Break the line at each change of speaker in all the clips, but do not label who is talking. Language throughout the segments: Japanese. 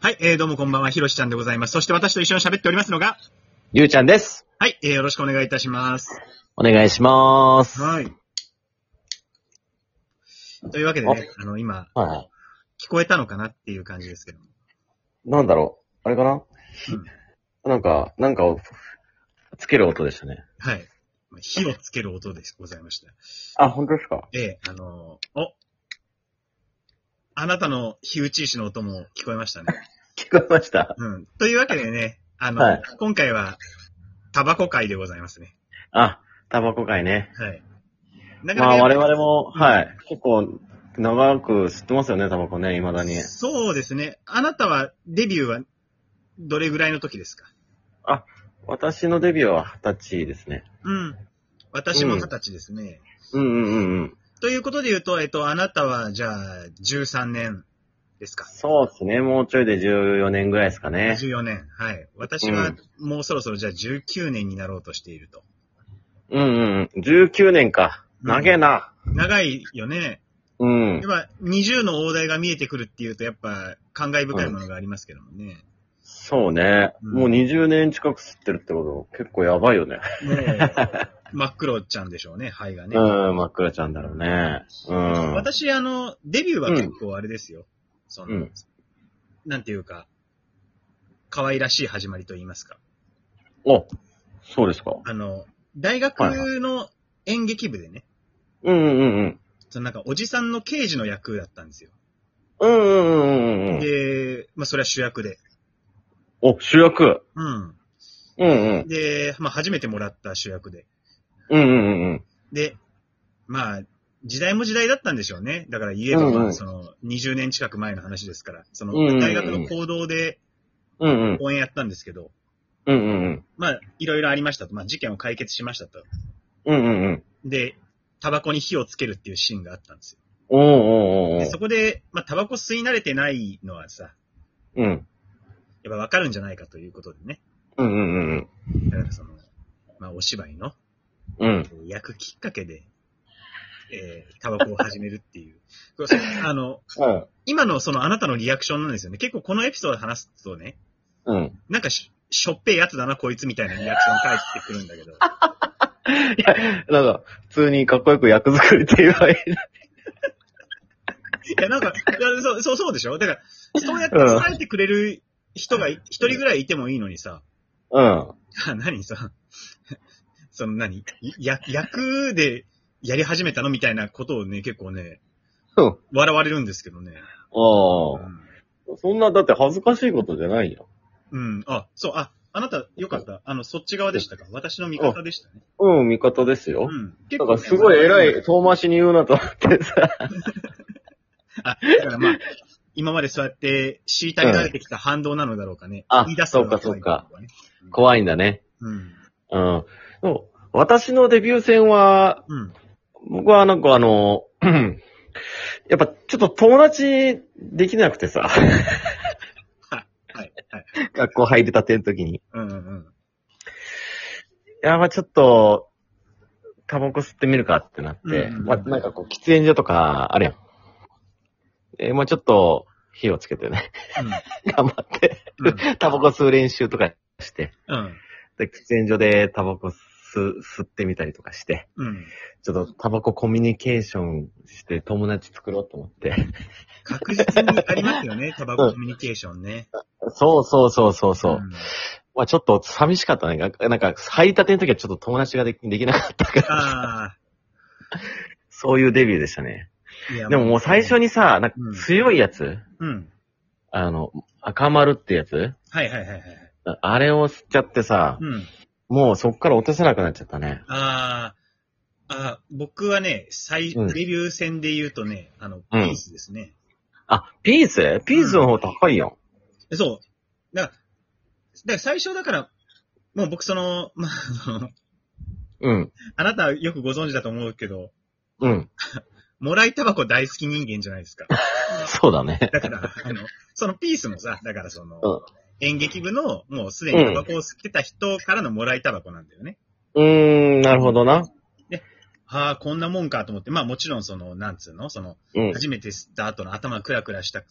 はい、えー、どうもこんばんは、ひろしちゃんでございます。そして私と一緒に喋っておりますのが、
ゆうちゃんです。
はい、えー、よろしくお願いいたします。。
お願いします。はい
というわけでね、あの、今、
い。
聞こえたのかなっていう感じですけども。
なんだろう。あれかな、なんか、なんかをつける音でしたね。
はい。まあ火をつける音でございました。
あ、本当ですか
えー、あのーおあなたの火打ち石の音も聞こえましたね。
聞こえました。
うん。というわけでね、あの、
はい
今回は、タバコ会でございますね。
あ、タバコ会ね。
はい。な
まあ
やっぱ
我
り
々も、はい。結構長く吸ってますよね、タバコね、未だに。
そうですね。あなたは、デビューは、どれぐらいの時ですか
私のデビューは二十歳ですね。
うん。私も二十歳ですね。
うんうんうんうん。
ということで言うと、えっと、あなたは、じゃあ、13年ですか。
そうですね、もうちょいで14年ぐらいですかね。
14年。はい。私
う
は
ん、
もうそろそろ、じゃあ、19年になろうとしていると。
うんうんうん。19年か。長えな。
長いよね。
うん。
今、20の大台が見えてくるっていうと、やっぱ、感慨深いものがありますけどもね。
そうね。
うん
もう20年近く吸ってるってこと、結構やばいよね。
もう、 真っ黒ちゃんでしょうね、肺がね。
うん、真っ暗ちゃんだろうね。うん。
私、あの、デビューは結構あれですよ。その、
うん
なんていうか、可愛らしい始まりと言いますか。
お、そうですか。
あの、大学の演劇部でね、
うんうんうん。
そのなんかおじさんの刑事の役だったんですよ。
うんうんうんうんうん。
で、まあそれは主役で。
お、主役。
うん。
うんうん。
で、まあ初めてもらった主役で。
うんうんうんうん。
で、まあ、時代も時代だったんでしょうね。だから言えば、
うんうん
まあその、20年近く前の話ですから、その
うんうんう、ん
大学の行動で
うんうん。
応援やったんですけど、
うんうんうん。
まあ、いろいろありましたと。まあ、事件を解決しましたと。
うんうんうん。
で、タバコに火をつけるっていうシーンがあったんですよ。
おーおーおーお
で
ー
そこで、まあ、タバコ吸い慣れてないのはさ、
うん。
やっぱわかるんじゃないかということでね。
うんうんうんうん。
だからその、まあ、お芝居の
うん。
役きっかけで、えー、タバコを始めるっていう。 これあの、今のそのあなたのリアクションなんですよね。結構このエピソード話すとね、
うん。
なんかししょっぺいやつだな、こいつみたいなリアクション返ってくるんだけど。
いや、なんか、普通にかっこよく役作りって言えばいい。
いや、なんか、いやそう、そう、そうでしょだから、そうやって伝えてくれる人がい一人ぐらいいてもいいのにさ、
うん。
あ 何さ、その何や、役でやり始めたのみたいなことをね、結構ね、
うん。
笑われるんですけどね。
あ
う
あ。
ん。
そんな、だって恥ずかしいことじゃないよ。
うんあ、そう、あ、あなた、よかった。あの、そっち側でしたか私の味方でしたね。
うん、味方ですよ
う。ん。結
なんかすごい偉い。遠回しに言うなと思ってさ。
あ、だからまあ、今までそうやって、虐げられてきた反動なのだろうかね。
うんあ
言い出すのが
そう
怖いと
か
ころはね。
怖いんだね。
うん。
うん。でも私のデビュー戦は、
うん。
僕はなんかあ の、うんやっぱちょっと友達できなくてさ、
はい。はい。
学校入りたての時に。い
うんうん。
や、まあちょっと、タバコ吸ってみるかってなって、
うん
まあなんかこう喫煙所とか、あれやん。えーまあちょっと火をつけてね、 頑張って、
うん。
タバコ吸う練習とかして、
うん。
で、喫煙所でタバコ吸吸ってみたりとかして、
うん。
ちょっとタバココミュニケーションして友達作ろうと思って。
確実にありますよ ね、タバココミュニケーションね。
そうそうそうそうそう。
ん
まあちょっと寂しかったね。なんか、なんか入りたての時はちょっと友達ができでき なかったから、
あ
そういうデビューでしたね。
あ。いや
でももう最初。にさ、なんか
うん
強いやつ、
うん。
あの、赤丸ってやつ
はいはいはいはい。
あれを吸っちゃってさ、
うん。
もうそっから落とせなくなっちゃったね。
ああ。あー僕はね、最、
うん
デビュー戦で言うとね、あの、ピ
うん
ースですね。
あ、ピースピースの方高いよ。
そう。だから、だから最初だから、もう僕その、まあ、あの
うん。
あなたはよくご存知だと思うけど、
うん。
もらいタバコ大好き人間じゃないですか。
そうだね。
だから、あの、そのピースもさ、だからその、
うん
演劇部の、もうすでにタバコを吸ってた人からのもらいタバコなんだよね。
うーん、なるほどな。
ああ、こんなもんかと思って、まあもちろんその、なんつうの、その、
うん。
初めて吸った後の頭クラクラした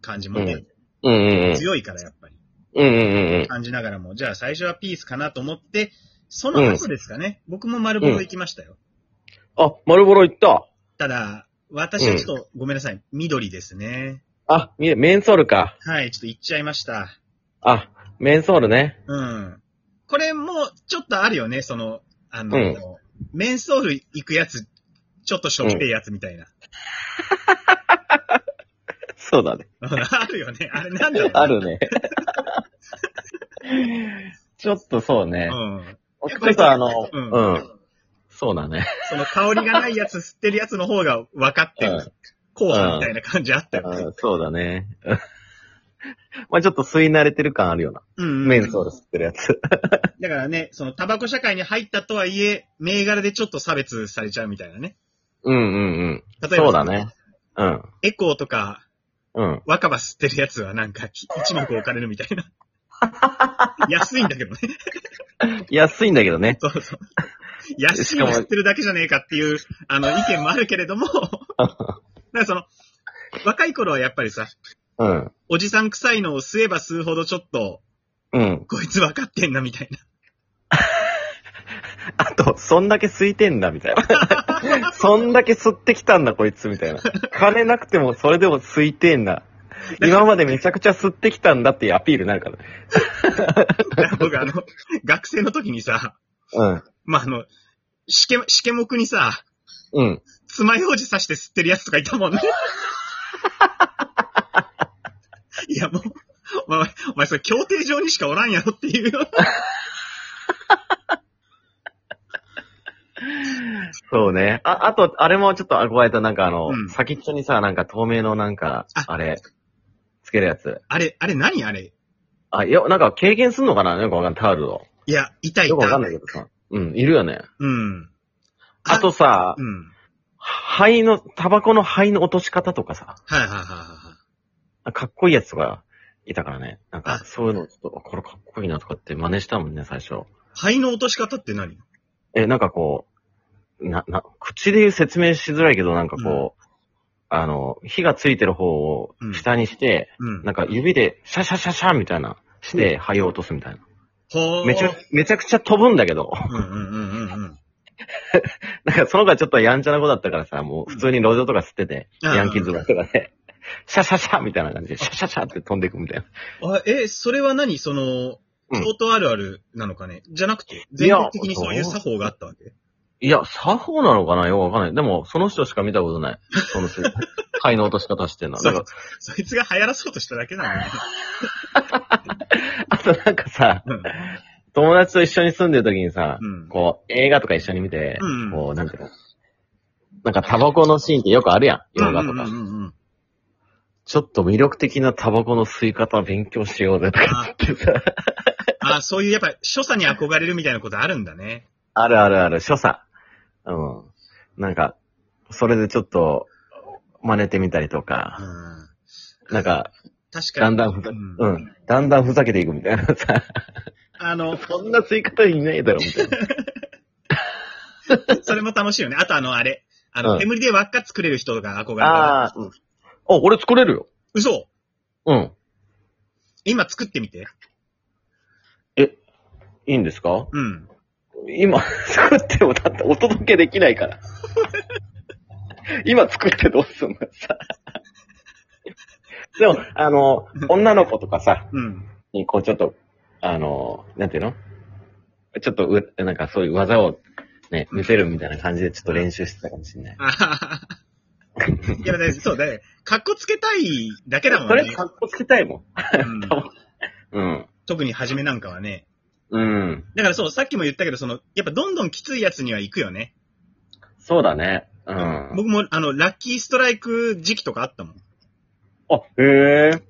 感じもね、
うんうんうんうん。
強いからやっぱり
うんうんうんうん。
感じながらも、じゃあ最初はピースかなと思って、その後ですかね、僕も丸ボロ行きましたよ。
あ、丸ボロ行った。
ただ、私はちょっと、ごめんなさい、緑ですね。
あ、みメンソールか。
はい、ちょっと行っちゃいました。
あ、メンソールね。
うん。これも、ちょっとあるよね、その、あの、
うん
メンソール行くやつ、ちょっとしょってえやつみた いな。
そうだね。
あるよね。あれなんだろう
あるね。ちょっとそうね。
うん。
ちょっとあの、
う
うんん。そうだね。
その香りがないやつ、吸ってるやつの方が分かって
う
る
ん。
後半みたいな感じあったよね。
うんそうだね。 まあちょっと吸い慣れてる感あるよな。
うん、うん。
メンソール吸ってるやつ。
だからね、そのタバコ社会に入ったとはいえ、銘柄でちょっと差別されちゃうみたいなね。
うんうんうん。
例えば、
そうだね。うん。
エコーとか、
うん。
若葉吸ってるやつはなんか、き一目置かれるみたい な。安いんだけどね。
安いんだけどね。
そうそう。安いの吸ってるだけじゃねえかっていう、あの、意見もあるけれど も、だからその、若い頃はやっぱりさ、
うん。
おじさん臭いのを吸えば吸うほどちょっと、
うん。
こいつ分かってんなみたいな。
あと、そんだけ吸いてんだ、みたい な。そんだけ吸ってきたんだ、こいつ、みたいな。金なくても、それでも吸いてんだ。今までめちゃくちゃ吸ってきたんだっていうアピールになるからね。
だから 僕あの、学生の時にさ、まあ、あの、しけ、しけもくにさ、
うん。うん。
爪楊枝刺して吸ってるやつとかいた もんね。いやもう、お前、お前それ協定上にしかおらんやろっていう。
そうね。あ、あと、あれもちょっと憧れた、なんかあの、
うん
先っちょにさ、なんか透明のなんか、
あ
あれ、つけるやつ。
あれ、あれ何あれ
あ、いや、なんか経験すんのかなよくわかんない、タオルを。
いや、いたい
よくわか
た
ん。ないけどさ。うん、いるよね。
うん。
あとさ、
うん。
灰の、タバコの灰の落とし方とかさ、
はいはいはいはいはい。
かっこいいやつとかいたからね。なんか、そういうの、ちょっと、あこれかっこいいなとかって真似したもんね、最初。
肺の落とし方って何
え、なんかこう、な、な、口で言う説明しづらいけど、なんかこう、あの、火がついてる方を
うん
下にして、
うん。
なんか指でシャシャシャシャみたいな、して灰を落とすみたいな。
ほー
めちゃ、めちゃくちゃ飛ぶんだけど、
うんうんうんうんうん。
なんかその子はちょっとやんちゃな子だったからさ、もう普通に路上とか吸ってて、
うん
ヤンキーズバとかで、 シャシャシャみたいな感じで、シャシャシャって飛んでいくみたいな。
あ、え、それは何その、
うん
相当あるあるなのかね、じゃなくて、全国的にそういう作法があったわけ
いや、作法なのかなよくわかんない。でも、その人しか見たことない。そ の人。灰の落とし方してんの。
そ
な
うん
か、
そいつが流行らそうとしただけなのね。
あとなんかさ、
うん
友達と一緒に住んでる時にさ、
うん
こう、映画とか一緒に見て、
うん
こう、なんていうのなんかタバコのシーンってよくあるやん。
う
洋
んう
画
ん
と
うん
か。
うん
ちょっと魅力的なタバコの吸い方を勉強しようぜとか言ってさ。
あ、そういうやっぱ、所作に憧れるみたいなこと あるんだね。
あるあるある、所作。うん。なんか、それでちょっと、真似てみたりと
う
か、
ん。
なんか、
確か
だん
に。
だんふざ、
うん
うん、だんだんふざけていくみたいなさ。
あの、
そんな吸い方いないだろ、みた いな。
それも楽しいよね。あとあの、あれ。あの、
うん
煙で輪っか作れる人が憧れた。
ああ、うん。あ、俺作れるよ。
嘘
うん。
今作ってみて。
いいんですか
うん。
今、 作っても、だってお届けできないから。今作ってどうすんのさ。でも、あの、女の子とかさ、
うん。
にこうちょっと、あの、なんていうのちょっとう、なんかそういう技をね、見せるみたいな感じでちょっと練習してたかもしれない。
あはははいや、だからそうだね。かっこつけたいだけだもん
そ
ね。
れ、格好つけたいもん。
うん
うん。
特に初めなんかはね。
うん。
だからそう、さっきも言ったけど、その、やっぱどんどんきついやつには行くよね。
そうだね。うん。
僕も、あの、ラッキーストライク時期とかあったもん。
あ、へえ。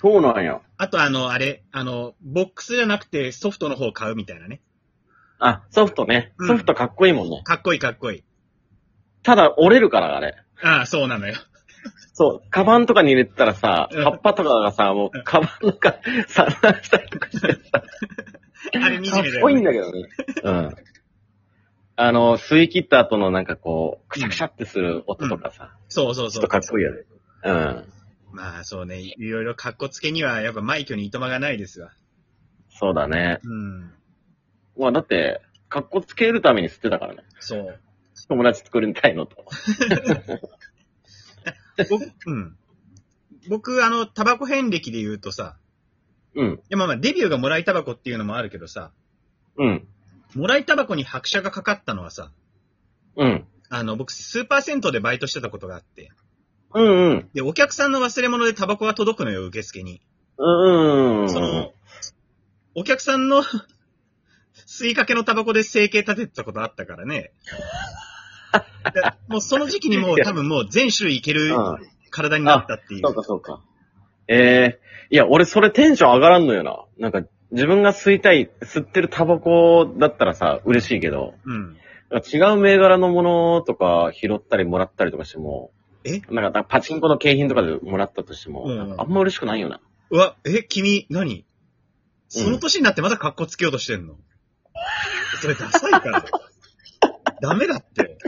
そうなんや。
あと、あの、あれ、あの、ボックスじゃなくてソフトの方買うみたいなね。
あ、ソフトね。
うん
ソフトかっこいいもんね。
かっこいいかっこいい。
ただ折れるから、あれ。
ああ、そうな のよ。
そう、カバンとかに入れてたらさ、
うん
葉っぱとかがさ、もう、カバンなんか散乱したりとかしてさ、か
あれ惨めだよ、ね。
っこいいんだけどね。うん。あの、吸い切った後のなんかこう、くしゃくしゃってする音とかさ、
そうそう
ちょ
そ
っ
う
と。かっこいいよね。うん。
まあそうね、いろいろ格好つけには、やっぱ枚挙にいとまがないですわ。
そうだね。
うん。
まあだって、格好つけるために吸ってたからね。
そう。
友達作りたいのと。
僕、うん。僕、あの、タバコ遍歴で言うとさ、
うん。
いやまあまあ、デビューがもらいタバコっていうのもあるけどさ、
うん。
もらいタバコに拍車がかかったのはさ、
うん。
あの、僕、スーパー銭湯でバイトしてたことがあって、
うんうん。
で、お客さんの忘れ物でタバコが届くのよ、受付に。
うんうん。
その、お客さんの、 吸いかけのタバコで生計立ててたことあったからね。だもうその時期にもう多分もう全種類いける
うん
体になったっていう。
そうかそうか。ええいや、俺それテンション上がらんのよな。なんか、自分が吸いたい、吸ってるタバコだったらさ、嬉しいけど、
うん。
なんか違う銘柄のものとか拾ったりもらったりとかしても、
え
なんか、パチンコの景品とかでもらったとしても、
うん
なんかあんま嬉しくないよな。
うわ、え、君、何その年になってまだ格好つけようとしてんの、それダサいから。ダメだって。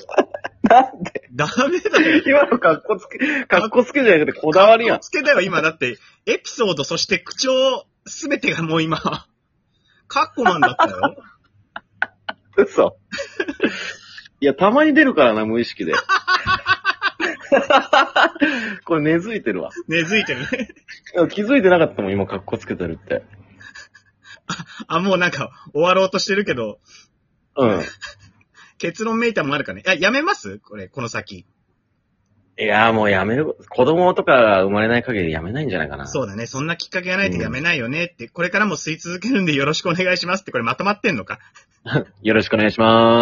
なんで
ダメだよ。
今の格好つけ、格好つけじゃなくてこだわりやん
つ。けだよ、今。だって、エピソード、そして口調、すべてがもう今、カッコマンだったよ。
嘘。いや、たまに出るからな、無意識 で。これ根付いてるわ。
根付いてるね。
いや気づいてなかったもん、今、格好つけてるって。
あ、もうなんか、終わろうとしてるけど、
うん。
結論めいたもんあるかね。あ、やめますこれ、この先。
いやーもうやめる、子供とかが生まれない限りやめないんじゃないかな。
そうだね。そんなきっかけがないとやめないよねって、これからも吸い続けるんでよろしくお願いしますって、これまとまってんのか
よろしくお願いします。